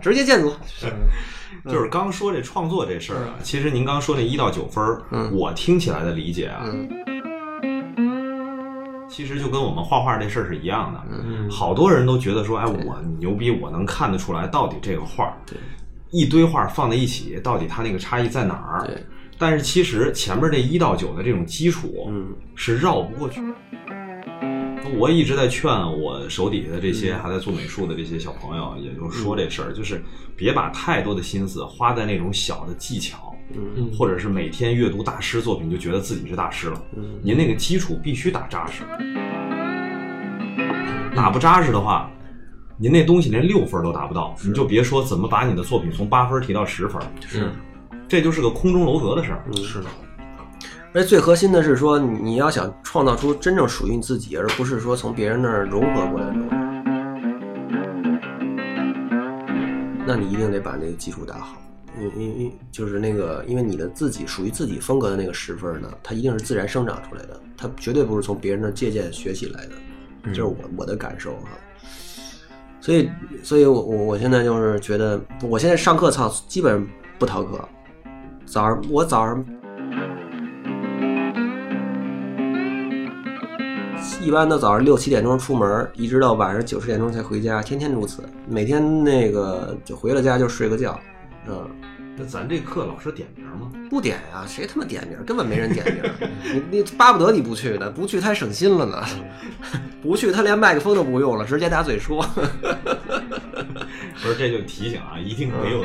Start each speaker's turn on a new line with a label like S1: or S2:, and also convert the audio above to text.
S1: 直接建组。
S2: 就是刚说这创作这事儿啊，其实您刚说那一到九分儿，
S1: 嗯
S2: 我听起来的理解啊，
S1: 嗯
S2: 其实就跟我们画画这事儿是一样的。
S3: 嗯，
S2: 好多人都觉得说，哎，我牛逼，我能看得出来到底这个画儿
S1: 对，
S2: 一堆画儿放在一起，到底它那个差异在哪儿？
S1: 对，
S2: 但是其实前面这一到九的这种基础
S3: 嗯
S2: 是绕不过去。我一直在劝我手底下的这
S1: 嗯
S2: 些还在做美术的这些小朋友，也就是说这事儿，就是别把太多的心思花在那种小的技巧，
S3: 嗯
S2: 或者是每天阅读大师作品就觉得自己是大师了。
S3: 嗯
S2: 您那个基础必须打扎实，打不扎实的话，您那东西连六分都达不到，你就别说怎么把你的作品从八分提到十分，
S3: 是嗯
S2: 这就是个空中楼阁的事儿。
S3: 是的，
S1: 嗯而且最核心的是说，你你要想创造出真正属于你自己，而不是说从别人那儿融合过来的东西，那你一定得把那个基础打好。你你你就是那个，因为你的自己属于自己风格的那个十分呢，它一定是自然生长出来的，它绝对不是从别人那儿借鉴学习来的，这
S3: 嗯
S1: 是我我的感受啊哈、所以，所以我我我现在就是觉得，我现在上课操基本不逃课，早上我早上一般都早上六七点钟出门，一直到晚上九十点钟才回家，天天如此，每天那个就回了家就睡个觉，嗯，
S2: 那咱这课老师点名吗？
S1: 不点呀、谁他妈点名？根本没人点名，你你巴不得你不去呢，不去他还省心了呢， 不去他连麦克风都不用了，直接打嘴说。
S3: 嗯
S2: 不是，这就提醒啊，一定没有。